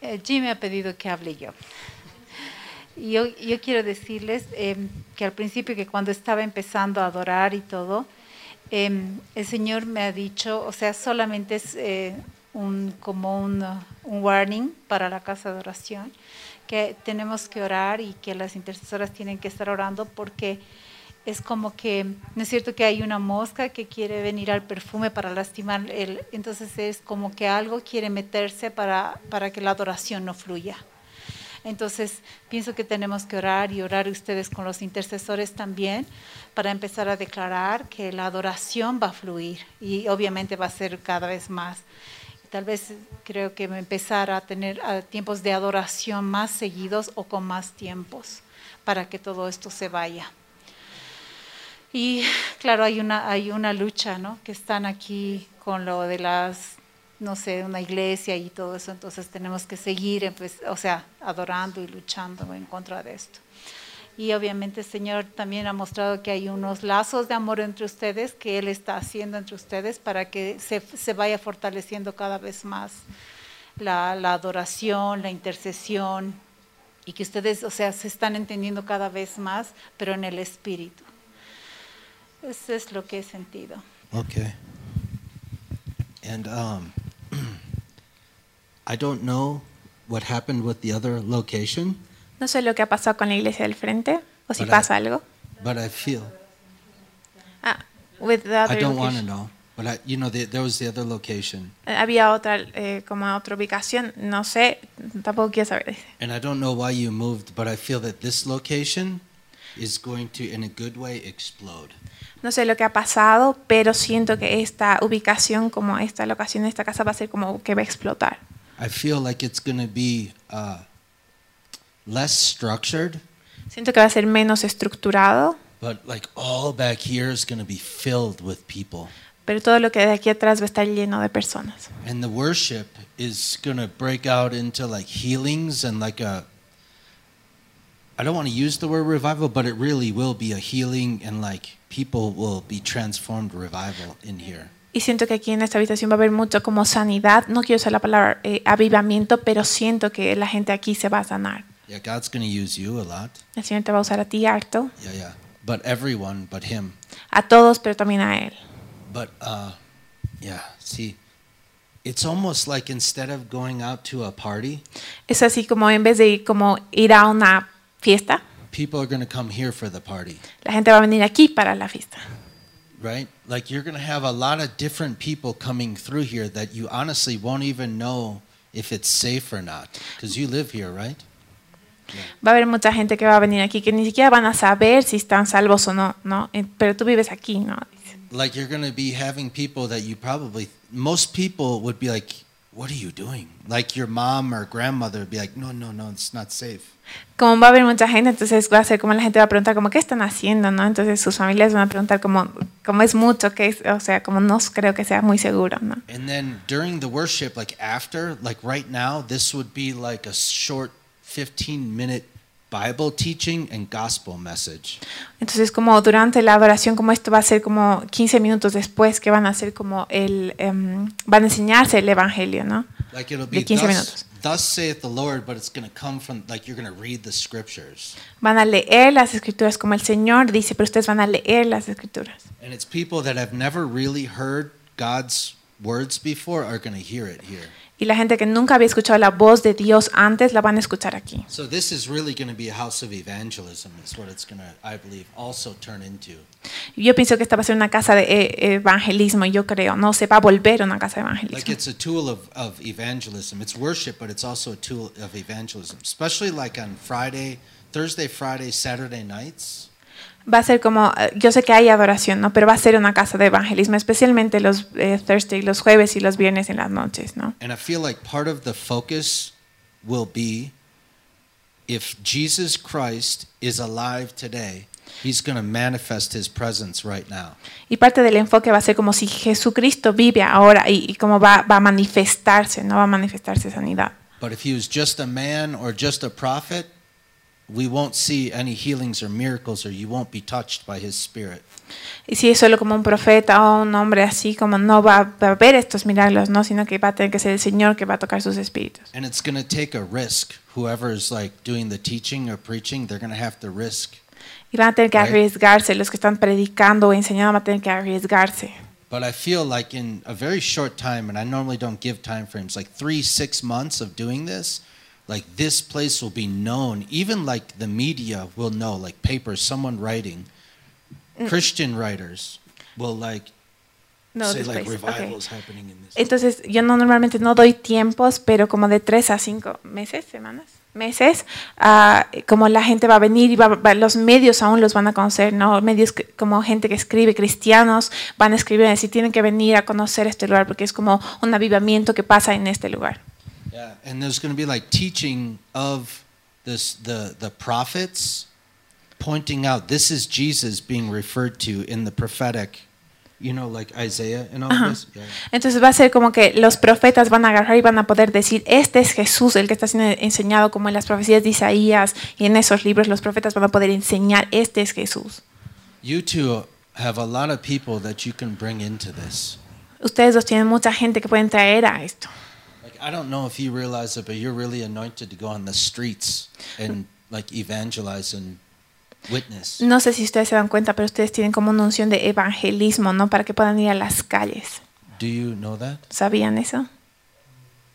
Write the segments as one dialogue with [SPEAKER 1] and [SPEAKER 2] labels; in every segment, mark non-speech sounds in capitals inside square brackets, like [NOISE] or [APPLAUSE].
[SPEAKER 1] Eh, Jim me ha pedido que hable yo. Yo, yo quiero decirles eh, que al principio, que cuando estaba empezando a adorar y todo, eh, el Señor me ha dicho, o sea, solamente es eh, un, como un, un warning para la casa de oración, que tenemos que orar y que las intercesoras tienen que estar orando porque es como que, ¿no es cierto que hay una mosca que quiere venir al perfume para lastimar el, entonces es como que algo quiere meterse para, para que la adoración no fluya. Entonces, pienso que tenemos que orar y orar ustedes con los intercesores también para empezar a declarar que la adoración va a fluir y obviamente va a ser cada vez más. Tal vez creo que empezar a tener a tiempos de adoración más seguidos o con más tiempos para que todo esto se vaya. Y claro, hay una, hay una lucha, ¿no? Que están aquí con lo de las, no sé, una iglesia y todo eso. Entonces tenemos que seguir, pues, o sea, adorando y luchando en contra de esto. Y obviamente el Señor también ha mostrado que hay unos lazos de amor entre ustedes, que Él está haciendo entre ustedes para que se, se vaya fortaleciendo cada vez más la, la adoración, la intercesión, y que ustedes, o sea, se están entendiendo cada vez más, pero en el Espíritu. Eso es lo que he sentido.
[SPEAKER 2] Okay. And um, [CLEARS THROAT] I don't know what happened with the other location,
[SPEAKER 3] No sé lo que ha pasado con la iglesia del frente o si
[SPEAKER 2] Hola.
[SPEAKER 3] pasa algo.
[SPEAKER 2] but I feel
[SPEAKER 3] Ah, with the
[SPEAKER 2] I
[SPEAKER 3] other
[SPEAKER 2] don't want to
[SPEAKER 3] location.
[SPEAKER 2] know. But I, you know, the, there was the other location,
[SPEAKER 3] Eh, Había otra, eh, como otra ubicación, no sé, tampoco quiero saber. dice.
[SPEAKER 2] and I don't know why you moved, but I feel that this location is going to, in a good way, explode.
[SPEAKER 3] No sé lo que ha pasado, pero siento que esta ubicación, como esta locación de esta casa, va a ser como que va a explotar.
[SPEAKER 2] I feel like it's going to be uh, less structured,
[SPEAKER 3] Siento que va a ser menos estructurado,
[SPEAKER 2] but like all back here is going to be filled with people,
[SPEAKER 3] pero todo lo que de aquí atrás va a estar lleno de personas.
[SPEAKER 2] and the worship is going to break out into like healings and like a. I don't want to use the word revival, but it really will be a healing, and like people will be transformed revival in here.
[SPEAKER 3] Y siento que aquí en esta habitación va a haber mucho como sanidad. No quiero usar la palabra eh, avivamiento, pero siento que la gente aquí se va a sanar.
[SPEAKER 2] Yeah, God's going to use you a lot.
[SPEAKER 3] El Señor te va a usar a ti harto,
[SPEAKER 2] Yeah, yeah. But everyone but Him.
[SPEAKER 3] a todos, pero también a Él.
[SPEAKER 2] But uh, yeah, see, it's almost like instead of going out to a party,
[SPEAKER 3] Es así como en vez de ir, como ir a una fiesta,
[SPEAKER 2] people are going to come here for the party,
[SPEAKER 3] la gente va a venir aquí para la fiesta.
[SPEAKER 2] right? Like you're going to have a lot of different people coming through here that you honestly won't even know if it's safe or not because you live here, right?
[SPEAKER 3] Va a haber mucha gente que va a venir aquí que ni siquiera van a saber si están salvos o no, ¿no? Eh, Pero tú vives aquí, ¿no? Dice.
[SPEAKER 2] Like you're going to be having people that you probably most people would be like, "What are you doing?" Like your mom or grandmother would be like, "No, no, no, it's not safe."
[SPEAKER 3] Como va a haber mucha gente, entonces va a ser como la gente va a preguntar como, ¿qué están haciendo, no? Entonces sus familias van a preguntar como, como es mucho, que es, o sea, como no creo que sea muy seguro, ¿no?
[SPEAKER 2] And then during the worship, like after, like right now, this would be like a short 15 minute Bible teaching and gospel message.
[SPEAKER 3] Entonces, como durante la adoración, como esto va a ser como 15 minutos después, que van a hacer como el, em, van a enseñarse el Evangelio, ¿no?
[SPEAKER 2] Like it'll
[SPEAKER 3] De
[SPEAKER 2] be
[SPEAKER 3] 15
[SPEAKER 2] thus,
[SPEAKER 3] minutos.
[SPEAKER 2] thus saith the Lord, but it's going to come from, like you're going to read the scriptures.
[SPEAKER 3] Van a leer las escrituras como el Señor dice, pero ustedes van a leer las escrituras.
[SPEAKER 2] And it's people that have never really heard God's words before are going to hear it here.
[SPEAKER 3] Y la gente que nunca había escuchado la voz de Dios antes la van a escuchar aquí.
[SPEAKER 2] So this is really going to be a house of evangelism, is what it's going to, I believe, also turn into.
[SPEAKER 3] Yo pienso que esta va a ser una casa de eh, evangelismo, yo creo, ¿no? Se va a volver una casa de
[SPEAKER 2] Like
[SPEAKER 3] evangelismo.
[SPEAKER 2] it's a tool of, of evangelism. It's worship, but it's also a tool of evangelism, especially like on Friday, Thursday, Friday, Saturday nights.
[SPEAKER 3] Va a ser como, eh, yo sé que hay adoración, ¿no? Pero va a ser una casa de evangelismo, especialmente los eh, Thursday, los jueves y los viernes en las noches, ¿no?
[SPEAKER 2] And I feel like part of the focus will be if Jesus Christ is alive today, he's going to manifest his presence right now.
[SPEAKER 3] Y parte del enfoque va a ser como si Jesucristo vive ahora y, y cómo va, va a manifestarse, no va a manifestarse sanidad.
[SPEAKER 2] But if he was just a man or just a prophet, we won't see any healings or miracles, or you won't be touched by His Spirit.
[SPEAKER 3] Y si es solo como un profeta o un hombre así, como no va a- va a haber estos milagros, ¿no? sino que va a tener que ser el Señor que va a tocar sus espíritus.
[SPEAKER 2] And it's going to take a risk. Whoever is like doing the teaching or preaching, they're going to have to risk.
[SPEAKER 3] Y van a tener que
[SPEAKER 2] Right.
[SPEAKER 3] arriesgarse, los que están predicando o enseñando van a tener que arriesgarse.
[SPEAKER 2] But I feel like in a very short time, and I normally don't give time frames, like three, six months of doing this, like this place will be known. Even like the media will know, like papers, someone writing, Christian writers will like
[SPEAKER 3] No,
[SPEAKER 2] say
[SPEAKER 3] después,
[SPEAKER 2] like
[SPEAKER 3] ok.
[SPEAKER 2] revivals happening in this.
[SPEAKER 3] Entonces, yo no, normalmente no doy tiempos, pero como de tres a cinco meses, semanas, meses, ah, como la gente va a venir y va- va- los medios aún los van a conocer, ¿no? Medios que- como gente que escribe, cristianos, van a escribir, así tienen que venir a conocer este lugar porque es como un avivamiento que pasa en este lugar.
[SPEAKER 2] Yeah, and there's going to be like teaching of this the the prophets pointing out this is Jesus being referred to in the prophetic, you know, like Isaiah and all this. Yeah.
[SPEAKER 3] Entonces va a ser como que los profetas van a agarrar y van a poder decir, este es Jesús, el que está siendo enseñado como en las profecías de Isaías y en esos libros los profetas van a poder enseñar, este es Jesús.
[SPEAKER 2] You two have a lot of people that you can bring into this.
[SPEAKER 3] Ustedes dos tienen mucha gente que pueden traer a esto.
[SPEAKER 2] Like I don't know if you realize it, but you're really anointed to go on the streets and like evangelize and witness.
[SPEAKER 3] No sé si ustedes se dan cuenta, pero ustedes tienen como una unción de evangelismo, ¿no? Para que puedan ir a las calles.
[SPEAKER 2] Do you know that?
[SPEAKER 3] ¿Sabían eso?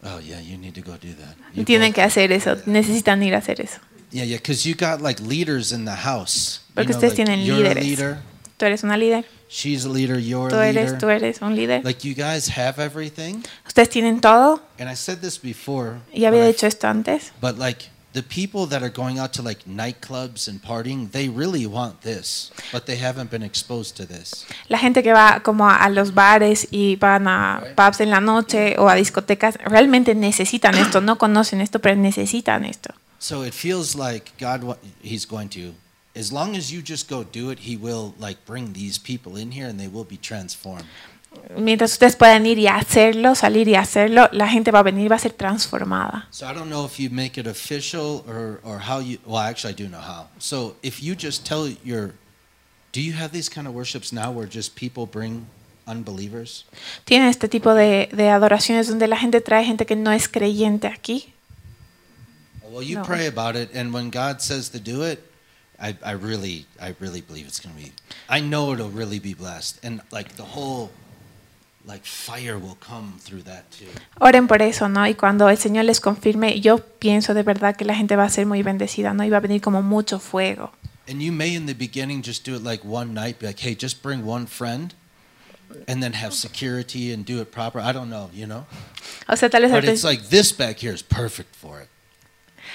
[SPEAKER 2] Oh yeah, you need to go do that. You
[SPEAKER 3] tienen
[SPEAKER 2] both-
[SPEAKER 3] que hacer eso, necesitan ir a hacer eso.
[SPEAKER 2] Yeah, yeah, because you got like leaders in the house. You
[SPEAKER 3] Porque ustedes tienen
[SPEAKER 2] you're
[SPEAKER 3] líderes.
[SPEAKER 2] a leader,
[SPEAKER 3] Tú eres una líder,
[SPEAKER 2] she's a leader, you're
[SPEAKER 3] tú
[SPEAKER 2] a
[SPEAKER 3] eres, tú
[SPEAKER 2] leader.
[SPEAKER 3] eres un líder.
[SPEAKER 2] Like you guys have everything.
[SPEAKER 3] Ustedes tienen todo,
[SPEAKER 2] And I said this before.
[SPEAKER 3] ya había
[SPEAKER 2] but I-
[SPEAKER 3] dicho esto antes.
[SPEAKER 2] but like the people that are going out to like nightclubs and partying, they really want this, but they haven't been exposed to this.
[SPEAKER 3] La gente que va como a, a los bares y van a pubs en la noche o a discotecas, realmente necesitan esto, no conocen esto, pero necesitan esto.
[SPEAKER 2] So it feels like God, wa- He's going to, as long as you just go do it, He will like bring these people in here and they will be transformed.
[SPEAKER 3] Mientras ustedes puedan ir y hacerlo, salir y hacerlo, la gente va a venir y va a ser transformada.
[SPEAKER 2] So I don't know if you make it official or, or how you, well, actually, I do know how. So if you just tell your, do you have these kind of worships now where just people bring unbelievers?
[SPEAKER 3] Tienen este tipo de, de adoraciones donde la gente trae gente que no es creyente aquí.
[SPEAKER 2] Well, you
[SPEAKER 3] No.
[SPEAKER 2] pray about it, and when God says to do it, I, I really, I really believe it's going to be. I know it'll really be blessed, and like the whole, like fire will come through that too.
[SPEAKER 3] Oren por eso, ¿no? Y cuando el Señor les confirme, yo pienso de verdad que la gente va a ser muy bendecida, ¿no? Y va a venir como mucho fuego.
[SPEAKER 2] And you may in the beginning just do it like one night, be like, hey, just bring one friend, and then have security and do it proper. I don't know, you know.
[SPEAKER 3] O sea, tal vez, al,
[SPEAKER 2] But it's
[SPEAKER 3] prin-
[SPEAKER 2] like this back here is perfect for it.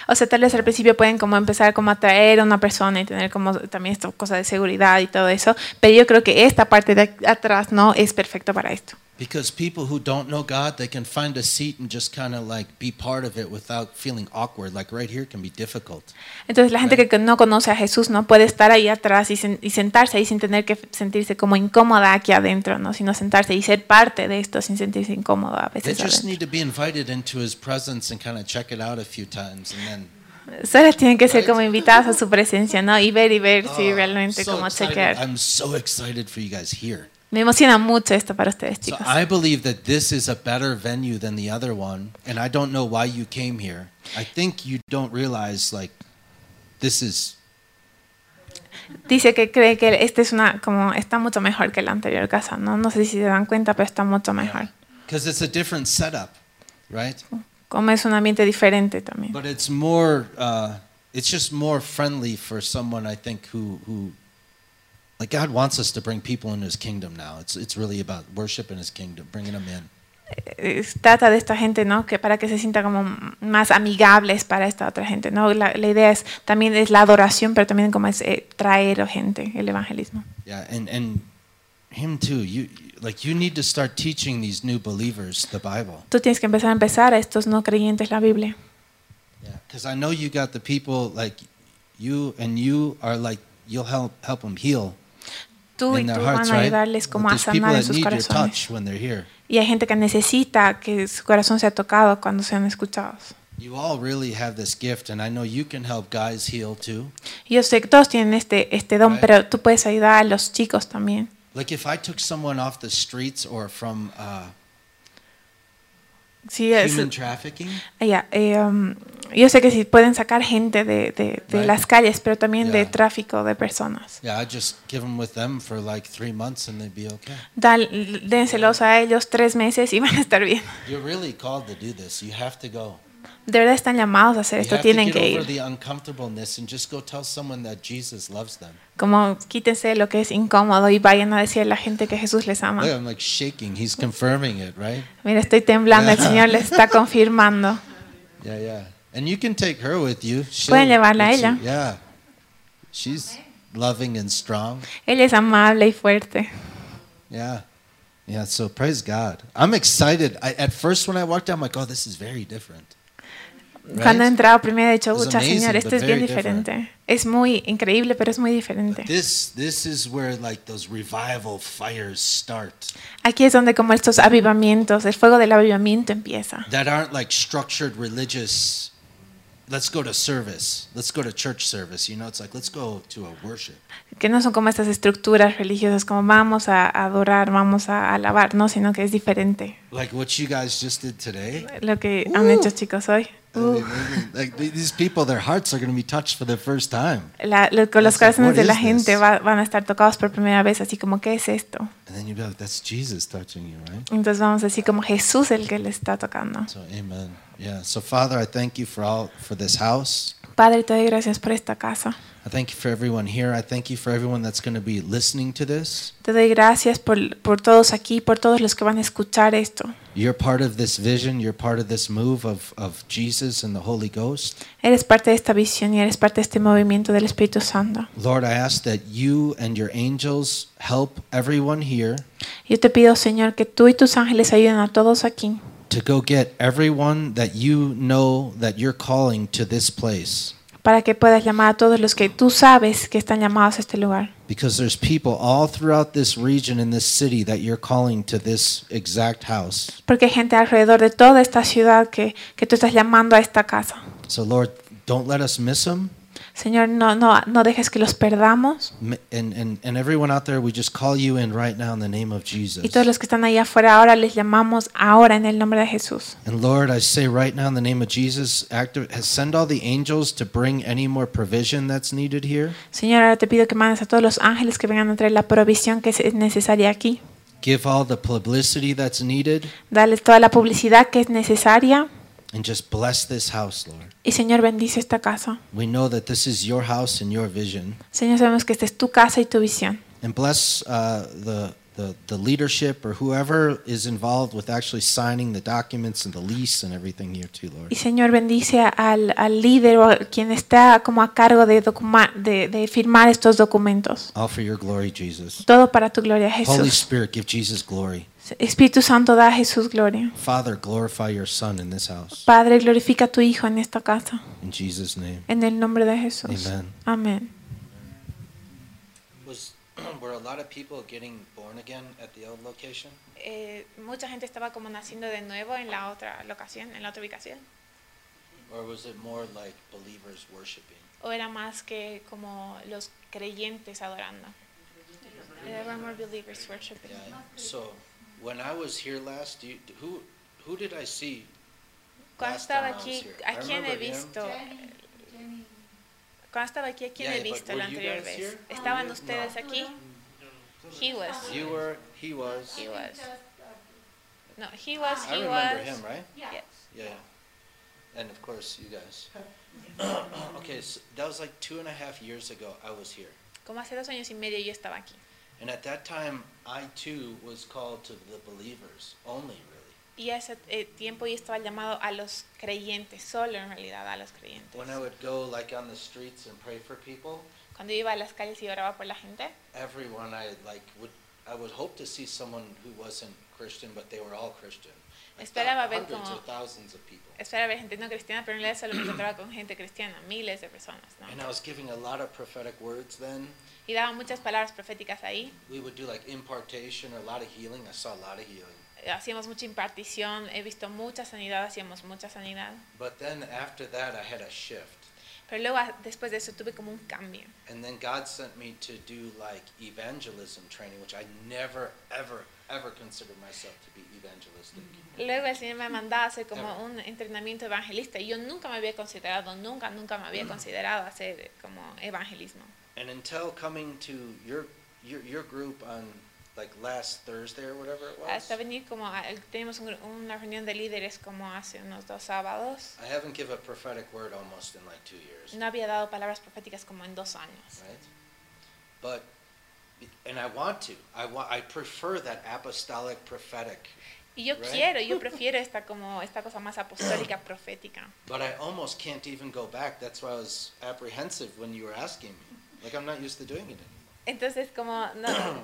[SPEAKER 3] o sea, tal vez al principio pueden como empezar como a traer a una persona y tener como también esta cosa de seguridad y todo eso, pero yo creo que esta parte de ac- atrás, ¿no? Es perfecto para esto.
[SPEAKER 2] Because people who don't know God, they can find a seat and just kind of like be part of it without feeling awkward. Like right here can be difficult.
[SPEAKER 3] Entonces la gente que- que no conoce a Jesús no puede estar ahí atrás y, sen- y sentarse ahí sin tener que f- sentirse como incómoda aquí adentro, ¿no? sino sentarse y ser parte de esto sin sentirse incómodo a
[SPEAKER 2] They
[SPEAKER 3] veces.
[SPEAKER 2] just
[SPEAKER 3] adentro.
[SPEAKER 2] need to be invited into his presence and kind of check it out a few times and then
[SPEAKER 3] Solo tienen que ser
[SPEAKER 2] Right.
[SPEAKER 3] como invitados a su presencia ¿no? y ver y ver si
[SPEAKER 2] Oh,
[SPEAKER 3] realmente
[SPEAKER 2] so
[SPEAKER 3] como
[SPEAKER 2] excited. Ah.
[SPEAKER 3] chequear.
[SPEAKER 2] I'm so excited for you guys here.
[SPEAKER 3] Me emociona mucho esto para ustedes,
[SPEAKER 2] So
[SPEAKER 3] chicos.
[SPEAKER 2] I believe that this is a better venue than the other one and I don't know why you came here. I think you don't realize like this is
[SPEAKER 3] Dice que cree que este es una, como está mucho mejor que la anterior casa, ¿no? No sé si se dan cuenta, pero está mucho mejor.
[SPEAKER 2] cuz it's a different setup, right?
[SPEAKER 3] Como es un ambiente diferente también.
[SPEAKER 2] But it's more uh, it's just more friendly for someone I think who who like God wants us to bring people in his kingdom now. It's it's really about worship in his kingdom, bringing them in.
[SPEAKER 3] Eh, es- trata de esta gente, ¿no? Que para que se sienta como más amigables para esta otra gente, ¿no? La, la idea es también es la adoración, pero también como es eh, traer a gente el evangelismo.
[SPEAKER 2] Yeah, and and him too. You like you need to start teaching these new believers the Bible.
[SPEAKER 3] Tú tienes que empezar a empezar a estos no creyentes la Biblia.
[SPEAKER 2] Yeah, because I know you got the people like you and you are like you'll help help them heal
[SPEAKER 3] Tú y
[SPEAKER 2] in their
[SPEAKER 3] tú
[SPEAKER 2] hearts,
[SPEAKER 3] van a
[SPEAKER 2] right?
[SPEAKER 3] ayudarles
[SPEAKER 2] But
[SPEAKER 3] como a
[SPEAKER 2] there's people
[SPEAKER 3] sanar en
[SPEAKER 2] that
[SPEAKER 3] sus
[SPEAKER 2] need your
[SPEAKER 3] corazones.
[SPEAKER 2] touch when they're here.
[SPEAKER 3] Y hay gente que necesita que su corazón sea tocado cuando sean escuchados.
[SPEAKER 2] You all really have this gift, and I know you can help guys heal too.
[SPEAKER 3] Yo sé que todos tienen este, este don,
[SPEAKER 2] Right.
[SPEAKER 3] pero tú puedes ayudar a los chicos también.
[SPEAKER 2] Like if I took someone off the streets or from uh,
[SPEAKER 3] Sí, es-
[SPEAKER 2] human trafficking,
[SPEAKER 3] ya, eh, um, yo sé que sí pueden sacar gente de, de- de
[SPEAKER 2] Right.
[SPEAKER 3] las calles, pero también de
[SPEAKER 2] Yeah.
[SPEAKER 3] tráfico de personas.
[SPEAKER 2] yeah, I'd just give them with them for like three months, and they'd be okay.
[SPEAKER 3] Dal- dénselos a ellos tres meses y [LAUGHS] van a estar bien.
[SPEAKER 2] You're really called to do this. You have to go.
[SPEAKER 3] De verdad están llamados a hacer
[SPEAKER 2] You
[SPEAKER 3] esto,
[SPEAKER 2] have to
[SPEAKER 3] tienen
[SPEAKER 2] get
[SPEAKER 3] que
[SPEAKER 2] over
[SPEAKER 3] ir.
[SPEAKER 2] the uncomfortableness and just go tell someone that Jesus loves them.
[SPEAKER 3] Como quítense lo que es incómodo y vayan a decir a la gente que Jesús les ama.
[SPEAKER 2] Look, I'm like shaking. He's confirming it, right?
[SPEAKER 3] Mira, estoy temblando, el
[SPEAKER 2] Yeah.
[SPEAKER 3] Señor les está confirmando.
[SPEAKER 2] Yeah, yeah. And you can take her with you. She'll-
[SPEAKER 3] Pueden llevarla a
[SPEAKER 2] it's-
[SPEAKER 3] ella.
[SPEAKER 2] Yeah. She's loving and strong.
[SPEAKER 3] Él es amable y fuerte.
[SPEAKER 2] Yeah. Yeah, so praise God. I'm excited. I, at first, when I walked down, I'm like, oh, this is very different. Right?
[SPEAKER 3] Cuando he entrado primero he dicho,
[SPEAKER 2] It's
[SPEAKER 3] "Ucha,
[SPEAKER 2] amazing,
[SPEAKER 3] Señor, esto
[SPEAKER 2] but
[SPEAKER 3] es bien
[SPEAKER 2] very different.
[SPEAKER 3] diferente. Es muy increíble, pero es muy diferente.
[SPEAKER 2] But this, this is where like those revival fires start
[SPEAKER 3] Aquí es donde como estos avivamientos, el fuego del avivamiento empieza.
[SPEAKER 2] that aren't like structured religious. Let's go to service. Let's go to church service. You know, it's like, let's go to a worship.
[SPEAKER 3] Que no son como estas estructuras religiosas, como vamos a adorar, vamos a alabar, no, sino que es diferente
[SPEAKER 2] Like what you guys just did today.
[SPEAKER 3] lo que han
[SPEAKER 2] Uh.
[SPEAKER 3] hecho chicos hoy.
[SPEAKER 2] I
[SPEAKER 3] Uh.
[SPEAKER 2] mean, maybe- like th- these people, their hearts are going to be touched for the first time,
[SPEAKER 3] La- lo- con los
[SPEAKER 2] It's like,
[SPEAKER 3] corazones
[SPEAKER 2] what
[SPEAKER 3] de la
[SPEAKER 2] is
[SPEAKER 3] gente
[SPEAKER 2] this?
[SPEAKER 3] va- van a estar tocados por primera vez, así como, ¿qué es esto?
[SPEAKER 2] and then you'll be like, "That's Jesus touching you, right?"
[SPEAKER 3] Entonces vamos así como Jesús el que le está tocando.
[SPEAKER 2] So, Amen. Yeah. So, Father, I thank you for all for this house.
[SPEAKER 3] Padre, te doy gracias por esta casa.
[SPEAKER 2] I thank you for everyone here. I thank you for everyone that's going to be listening to this.
[SPEAKER 3] Te doy gracias por, por todos aquí, por todos los que van a escuchar esto.
[SPEAKER 2] You're part of this vision. You're part of this move of of Jesus and the Holy Ghost.
[SPEAKER 3] Eres parte de esta visión y eres parte de este movimiento del Espíritu Santo.
[SPEAKER 2] Lord, I ask that you and your angels help everyone here
[SPEAKER 3] Yo te pido, Señor, que tú y tus ángeles ayuden a todos aquí
[SPEAKER 2] to go get everyone that you know that you're calling to this place.
[SPEAKER 3] para que puedas llamar a todos los que tú sabes que están llamados a este lugar.
[SPEAKER 2] Because there's people all throughout this region in this city that you're calling to this exact house.
[SPEAKER 3] Porque hay gente alrededor de toda esta ciudad que, que tú estás llamando a esta casa.
[SPEAKER 2] So Lord, don't let us miss them.
[SPEAKER 3] Señor, no, no, no dejes que los perdamos.
[SPEAKER 2] M- And, and, and everyone out there, we just call you in right now in the name of Jesus.
[SPEAKER 3] Y todos los que están ahí afuera ahora les llamamos ahora en el nombre de Jesús.
[SPEAKER 2] And Lord, I say right now in the name of Jesus, active, send all the angels to bring any more provision that's needed here.
[SPEAKER 3] Señor, ahora te pido que mandes a todos los ángeles que vengan a traer la provisión que es necesaria aquí.
[SPEAKER 2] Give all the publicity that's needed
[SPEAKER 3] Dales toda la publicidad que es necesaria.
[SPEAKER 2] and just bless this house, Lord.
[SPEAKER 3] Y Señor, bendice esta casa.
[SPEAKER 2] We know that this is your house and your vision.
[SPEAKER 3] Señor, sabemos que esta es tu casa y tu visión.
[SPEAKER 2] And bless uh, the, the, the leadership or whoever is involved with actually signing the documents and the lease and everything here too,
[SPEAKER 3] Y
[SPEAKER 2] Lord.
[SPEAKER 3] Señor, bendice al, al líder o a quien está como a cargo de, documa- de, de firmar estos documentos.
[SPEAKER 2] All for your glory, Jesus.
[SPEAKER 3] Todo para tu gloria,
[SPEAKER 2] Holy
[SPEAKER 3] Jesús.
[SPEAKER 2] Spirit, give Jesus glory.
[SPEAKER 3] Espíritu Santo, da a Jesús gloria.
[SPEAKER 2] Father, glorify your Son in this house.
[SPEAKER 3] Padre, glorifica a tu Hijo en esta casa.
[SPEAKER 2] In Jesus' name.
[SPEAKER 3] En el nombre de Jesús.
[SPEAKER 2] Amén.
[SPEAKER 3] Amén.
[SPEAKER 2] Was, [CLEARS THROAT] were a lot of people getting born again at the old location?
[SPEAKER 3] Eh, mucha gente estaba como naciendo de nuevo en la otra locación, en la otra ubicación.
[SPEAKER 2] Or was it more like believers worshiping?
[SPEAKER 3] ¿O era más que como los creyentes adorando?
[SPEAKER 2] Yeah. So when I was here last, do you, who, who did I see?
[SPEAKER 4] Cuando
[SPEAKER 2] last
[SPEAKER 4] estaba
[SPEAKER 2] time I was
[SPEAKER 4] aquí,
[SPEAKER 2] here? I
[SPEAKER 4] ¿a quién he
[SPEAKER 2] remember him.
[SPEAKER 4] visto? Cuando estaba aquí, ¿a quién
[SPEAKER 2] Yeah,
[SPEAKER 4] he
[SPEAKER 2] but
[SPEAKER 4] visto
[SPEAKER 2] were
[SPEAKER 4] la
[SPEAKER 2] you
[SPEAKER 4] anterior
[SPEAKER 2] guys
[SPEAKER 4] vez?
[SPEAKER 2] here?
[SPEAKER 4] ¿Estaban
[SPEAKER 2] No.
[SPEAKER 4] ustedes aquí? He was.
[SPEAKER 2] You were, he was.
[SPEAKER 4] He was. No, he was,
[SPEAKER 2] I
[SPEAKER 4] he
[SPEAKER 2] remember
[SPEAKER 4] was.
[SPEAKER 2] him, right?
[SPEAKER 4] Yeah.
[SPEAKER 2] Yeah. And of course, you guys.
[SPEAKER 4] [COUGHS]
[SPEAKER 2] [COUGHS] okay, so that was like two and a half years ago. I was here,
[SPEAKER 4] Como hace dos años y medio yo estaba aquí.
[SPEAKER 2] and at that time, I too was called to the believers only, really.
[SPEAKER 4] Y hace eh, tiempo yo estaba llamado a los creyentes, solo en realidad a los creyentes.
[SPEAKER 2] When I would go like on the streets and pray for people,
[SPEAKER 4] Cuando yo iba a las calles y oraba por la gente,
[SPEAKER 2] everyone I like would. I would hope to see someone who wasn't Christian, but they were all Christian. Like thou-
[SPEAKER 4] Esperaba ver
[SPEAKER 2] hundreds
[SPEAKER 4] como-
[SPEAKER 2] of thousands of people.
[SPEAKER 4] esperaba ver gente no cristiana, pero en realidad solo me encontraba con gente cristiana, miles de personas. ¿no?
[SPEAKER 2] And I was giving a lot of prophetic words then.
[SPEAKER 4] Y daba muchas palabras proféticas ahí.
[SPEAKER 2] We would do like impartation or a lot of healing. I saw a lot of healing.
[SPEAKER 3] hacíamos mucha impartición, he visto mucha sanidad, hacíamos mucha sanidad.
[SPEAKER 2] But then after that, I had a shift.
[SPEAKER 3] Pero luego a- después de eso tuve como un cambio.
[SPEAKER 2] And then God sent me to do like evangelism training, which I never, ever, ever considered myself to be evangelistic.
[SPEAKER 3] Luego el Señor me mandaba a hacer como un entrenamiento evangelista y yo nunca me había considerado, nunca, nunca me había considerado hacer como evangelismo.
[SPEAKER 2] And until coming to your, your your group on like last Thursday or whatever it was,
[SPEAKER 3] Hasta venir como, a- tenemos un gru- una reunión de líderes como hace unos dos sábados.
[SPEAKER 2] I haven't given a prophetic word almost in like two years,
[SPEAKER 3] No había dado palabras proféticas como en dos años.
[SPEAKER 2] right? But and I want to. I want. I prefer that apostolic prophetic.
[SPEAKER 3] Y yo
[SPEAKER 2] Right.
[SPEAKER 3] quiero, yo prefiero esta como esta cosa más apostólica, profética.
[SPEAKER 2] But I almost can't even go back. That's why I was apprehensive when you were asking me. Like I'm not used to doing it anymore.
[SPEAKER 3] Entonces como no,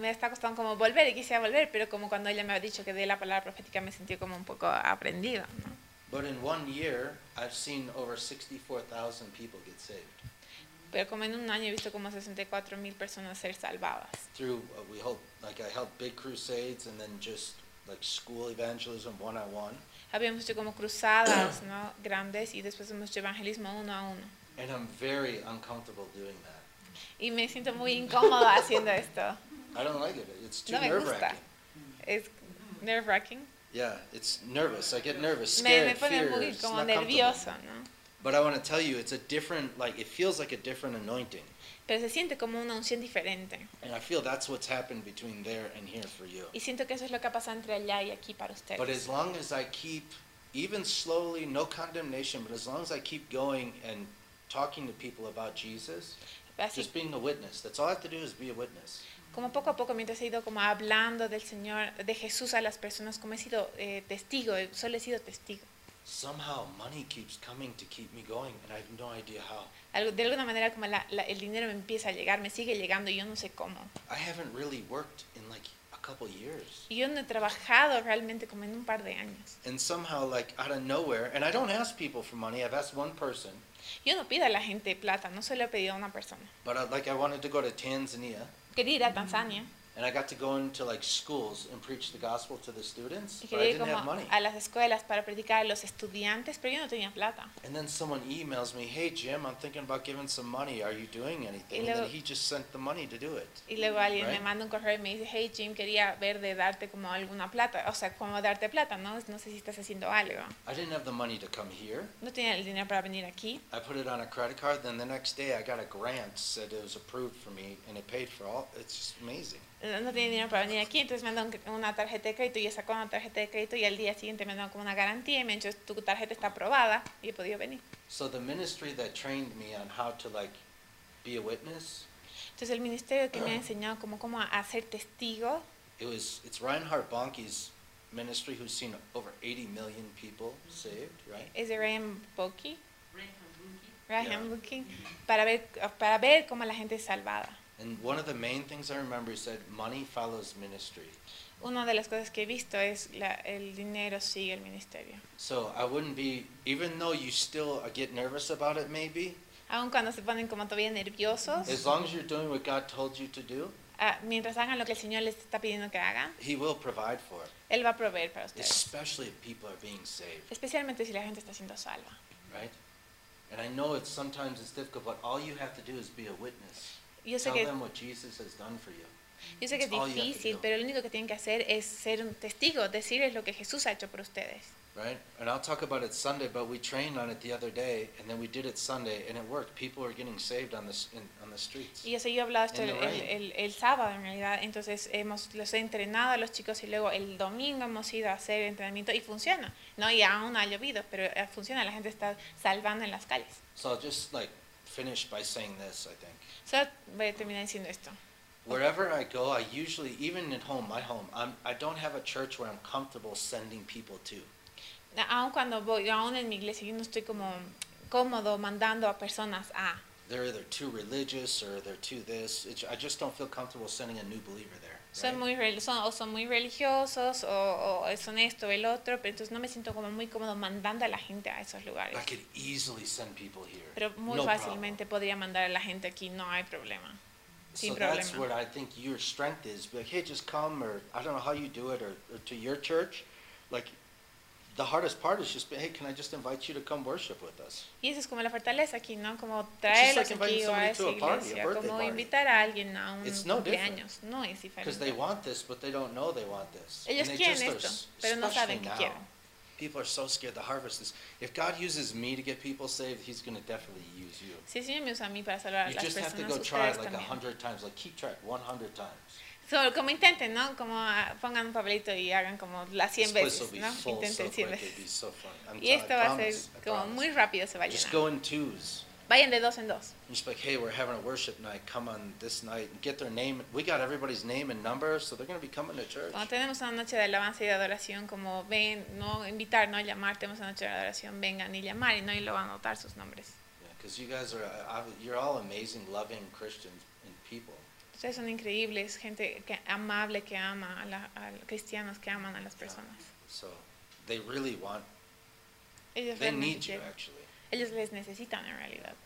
[SPEAKER 3] me está costando como volver y quisiera volver, pero como cuando ella me ha dicho que dé la palabra profética me sentí como un poco aprendido. ¿no?
[SPEAKER 2] But in one year, I've seen over 64,000 people get saved
[SPEAKER 3] Pero como en un año he visto como 64 mil personas ser salvadas.
[SPEAKER 2] through, uh, we hope, like I helped big crusades and then just like school evangelism one on one.
[SPEAKER 3] Habíamos hecho como cruzadas ¿no? grandes y después hemos hecho evangelismo uno a uno.
[SPEAKER 2] And I'm very uncomfortable doing that.
[SPEAKER 3] Y me siento muy incómoda haciendo esto.
[SPEAKER 2] I don't like it. It's too
[SPEAKER 3] No me
[SPEAKER 2] nerve
[SPEAKER 3] gusta.
[SPEAKER 2] wracking.
[SPEAKER 3] Es nerve wracking.
[SPEAKER 2] Yeah, it's nervous. I get nervous,
[SPEAKER 3] Me,
[SPEAKER 2] scared,
[SPEAKER 3] me pone
[SPEAKER 2] fear.
[SPEAKER 3] muy
[SPEAKER 2] It's
[SPEAKER 3] como
[SPEAKER 2] not comfortable.
[SPEAKER 3] nervioso, ¿no?
[SPEAKER 2] But I want to tell you, it's a different, like, it feels like a different anointing.
[SPEAKER 3] Pero se siente como una unción diferente.
[SPEAKER 2] And I feel that's what's happened between there and here for you.
[SPEAKER 3] Y siento que eso es lo que ha pasado entre allá y aquí para ustedes.
[SPEAKER 2] But as long as I keep, even slowly, no condemnation, but as long as I keep going and talking to people about Jesus,
[SPEAKER 3] Así
[SPEAKER 2] just being a witness, that's all I have to do is be a witness.
[SPEAKER 3] como poco a poco, mientras he ido como hablando del Señor, de Jesús a las personas, como he sido eh, testigo, eh, solo he sido testigo.
[SPEAKER 2] Somehow money keeps coming to keep me going, and I have no idea how.
[SPEAKER 3] Algo- de alguna manera como la- la- el dinero me empieza a llegar, me sigue llegando y yo no sé cómo.
[SPEAKER 2] I haven't really worked in like a couple years.
[SPEAKER 3] Y yo no he trabajado realmente como en un par de años.
[SPEAKER 2] And somehow, like out of nowhere, and I don't ask people for money, I've asked one person,
[SPEAKER 3] Yo no pido a la gente plata, no se lo he pedido a una persona.
[SPEAKER 2] but I, like I wanted to go to Tanzania,
[SPEAKER 3] Quería
[SPEAKER 2] Mm,
[SPEAKER 3] ir a Tanzania
[SPEAKER 2] and I got to go into like schools and preach the gospel to the students,
[SPEAKER 3] y
[SPEAKER 2] but I
[SPEAKER 3] quería ir
[SPEAKER 2] didn't
[SPEAKER 3] como
[SPEAKER 2] have money.
[SPEAKER 3] a las escuelas para predicar a los estudiantes, pero yo no tenía plata.
[SPEAKER 2] And then someone emails me, "Hey Jim, I'm thinking about giving some money. Are you doing anything?"
[SPEAKER 3] Y
[SPEAKER 2] And then
[SPEAKER 3] luego-
[SPEAKER 2] he just sent the money to do it.
[SPEAKER 3] Y luego alguien me
[SPEAKER 2] Mm, Right.
[SPEAKER 3] manda un correo y me dice, hey Jim, quería ver de darte como alguna plata, o sea, como darte plata, ¿no? No sé si estás haciendo algo.
[SPEAKER 2] I didn't have the money to come here.
[SPEAKER 3] No tenía el dinero para venir aquí.
[SPEAKER 2] I put it on a credit card. Then the next day, I got a grant said it was approved for me, and it paid for all. It's just amazing.
[SPEAKER 3] No no tenía dinero para venir aquí, entonces me mandan una tarjeta de crédito y yo saco una tarjeta de crédito y al día siguiente me mandan como una garantía y me han dicho, tu tarjeta está aprobada y he podido venir.
[SPEAKER 2] So the ministry that trained me on how to like be a witness,
[SPEAKER 3] Entonces el ministerio que me ha enseñado como cómo hacer testigo
[SPEAKER 2] it was it's Reinhard Bonnke's ministry, who's seen over 80 million people saved, right?
[SPEAKER 3] es de Ryan Bucky,
[SPEAKER 2] Yeah.
[SPEAKER 3] Ryan Bucky, para ver, para ver cómo la gente es salvada.
[SPEAKER 2] And one of the main things I remember, he said, "Money follows ministry."
[SPEAKER 3] Una de las cosas que he visto es la, el dinero sigue el ministerio.
[SPEAKER 2] So I wouldn't be, even though you still get nervous about it, maybe,
[SPEAKER 3] Aun cuando se ponen como todavía nerviosos,
[SPEAKER 2] as long as you're doing what God told you to do,
[SPEAKER 3] ah, mientras hagan lo que el Señor les está pidiendo que hagan,
[SPEAKER 2] He will provide for it,
[SPEAKER 3] Él va a proveer para ustedes.
[SPEAKER 2] especially if people are being saved,
[SPEAKER 3] Especialmente si la gente está siendo salva.
[SPEAKER 2] right? And I know it's sometimes it's difficult, but all you have to do is be a witness.
[SPEAKER 3] Yo sé
[SPEAKER 2] Tell
[SPEAKER 3] que,
[SPEAKER 2] them what Jesus has done for you.
[SPEAKER 3] yo sé que es
[SPEAKER 2] all you have to
[SPEAKER 3] difícil,
[SPEAKER 2] do.
[SPEAKER 3] pero lo único que tienen que hacer es ser un testigo, decirles lo que Jesús ha hecho por ustedes.
[SPEAKER 2] Right? And I'll talk about it Sunday, but we trained on it the other day, and then we did it Sunday, and it worked. People are getting saved on the, s- in, on the streets.
[SPEAKER 3] Y eso yo he hablado esto
[SPEAKER 2] En
[SPEAKER 3] el,
[SPEAKER 2] el
[SPEAKER 3] el-
[SPEAKER 2] rain.
[SPEAKER 3] el- el sábado en realidad, entonces hemos, los he entrenado a los chicos y luego el domingo hemos ido a hacer entrenamiento y funciona, ¿no? Y aún ha llovido, pero eh, funciona, la gente está salvando en las calles.
[SPEAKER 2] So I'll just like finish by saying this, I think.
[SPEAKER 3] Solo voy a terminar diciendo esto.
[SPEAKER 2] Wherever I go, I usually, even at home, my home, I'm, I don't have a church where I'm comfortable sending people to.
[SPEAKER 3] Aún cuando voy, aún en mi iglesia, yo no estoy como cómodo mandando a personas a...
[SPEAKER 2] They're either too religious or they're too this. It, I just don't feel comfortable sending a new believer there.
[SPEAKER 3] Son
[SPEAKER 2] right?
[SPEAKER 3] muy rel- son, o son muy religiosos o, o son esto o el otro, pero entonces no me siento como muy cómodo mandando a la gente a esos lugares.
[SPEAKER 2] I could easily send people here.
[SPEAKER 3] Pero muy
[SPEAKER 2] no problem.
[SPEAKER 3] fácilmente podría mandar a la gente aquí, no hay problema. sin
[SPEAKER 2] so
[SPEAKER 3] problema.
[SPEAKER 2] that's where I think your strength is. Be Like, hey, just come, or I don't know how you do it, or, or to your church. Like, the hardest part is just, hey, can I just invite you to come worship with us?
[SPEAKER 3] Y eso es como la fortaleza aquí, ¿no? Como
[SPEAKER 2] like
[SPEAKER 3] traerlos
[SPEAKER 2] inviting
[SPEAKER 3] aquí o
[SPEAKER 2] somebody
[SPEAKER 3] a esa
[SPEAKER 2] to a party, a
[SPEAKER 3] iglesia,
[SPEAKER 2] birthday
[SPEAKER 3] como
[SPEAKER 2] party.
[SPEAKER 3] invitar a alguien a un
[SPEAKER 2] It's no different.
[SPEAKER 3] cumpleaños, no es
[SPEAKER 2] Because they
[SPEAKER 3] diferente.
[SPEAKER 2] want this, but they don't know they want this.
[SPEAKER 3] Ellos
[SPEAKER 2] and they
[SPEAKER 3] quieren
[SPEAKER 2] just are
[SPEAKER 3] esto,
[SPEAKER 2] s-
[SPEAKER 3] pero no
[SPEAKER 2] especially
[SPEAKER 3] saben que
[SPEAKER 2] now,
[SPEAKER 3] quieren.
[SPEAKER 2] People are so scared. The harvest is. If God uses me to get people saved, He's going to definitely use you.
[SPEAKER 3] Si el Señor me usa a mí para salvar a
[SPEAKER 2] You
[SPEAKER 3] Uh, las
[SPEAKER 2] just have to
[SPEAKER 3] personas,
[SPEAKER 2] go try
[SPEAKER 3] ustedes
[SPEAKER 2] it like a
[SPEAKER 3] también.
[SPEAKER 2] hundred times. Like keep track, one hundred times.
[SPEAKER 3] So, como intenten, ¿no? Como ah, pongan un papelito y hagan como las
[SPEAKER 2] This
[SPEAKER 3] 100
[SPEAKER 2] place
[SPEAKER 3] veces,
[SPEAKER 2] will be
[SPEAKER 3] ¿no?
[SPEAKER 2] full so
[SPEAKER 3] Intenten 100
[SPEAKER 2] quick. It'll be
[SPEAKER 3] veces.
[SPEAKER 2] so fun. I'm
[SPEAKER 3] Y esto
[SPEAKER 2] telling-
[SPEAKER 3] va
[SPEAKER 2] I
[SPEAKER 3] a ser
[SPEAKER 2] promise, I
[SPEAKER 3] como
[SPEAKER 2] promise.
[SPEAKER 3] muy rápido se va a
[SPEAKER 2] Just
[SPEAKER 3] llenar.
[SPEAKER 2] go in twos.
[SPEAKER 3] Vayan de dos en dos.
[SPEAKER 2] Just like, hey, we're having a worship night. Come on this night and get their name. We got everybody's name and number, so they're going to be coming to church.
[SPEAKER 3] Cuando tenemos una noche de alabanza y de adoración, como ven, no invitar, no llamar, tenemos una noche de adoración, vengan y llamar y no y lo van a notar sus nombres.
[SPEAKER 2] Because you guys are, I, I- you're all amazing, loving Christians and people.
[SPEAKER 3] Ustedes son increíbles, gente que, amable que ama a, la- a los cristianos que aman a las personas.
[SPEAKER 2] So they really want,
[SPEAKER 3] Ellos
[SPEAKER 2] they
[SPEAKER 3] realmente
[SPEAKER 2] need you
[SPEAKER 3] quieren-
[SPEAKER 2] actually.
[SPEAKER 3] ellos les necesitan en realidad.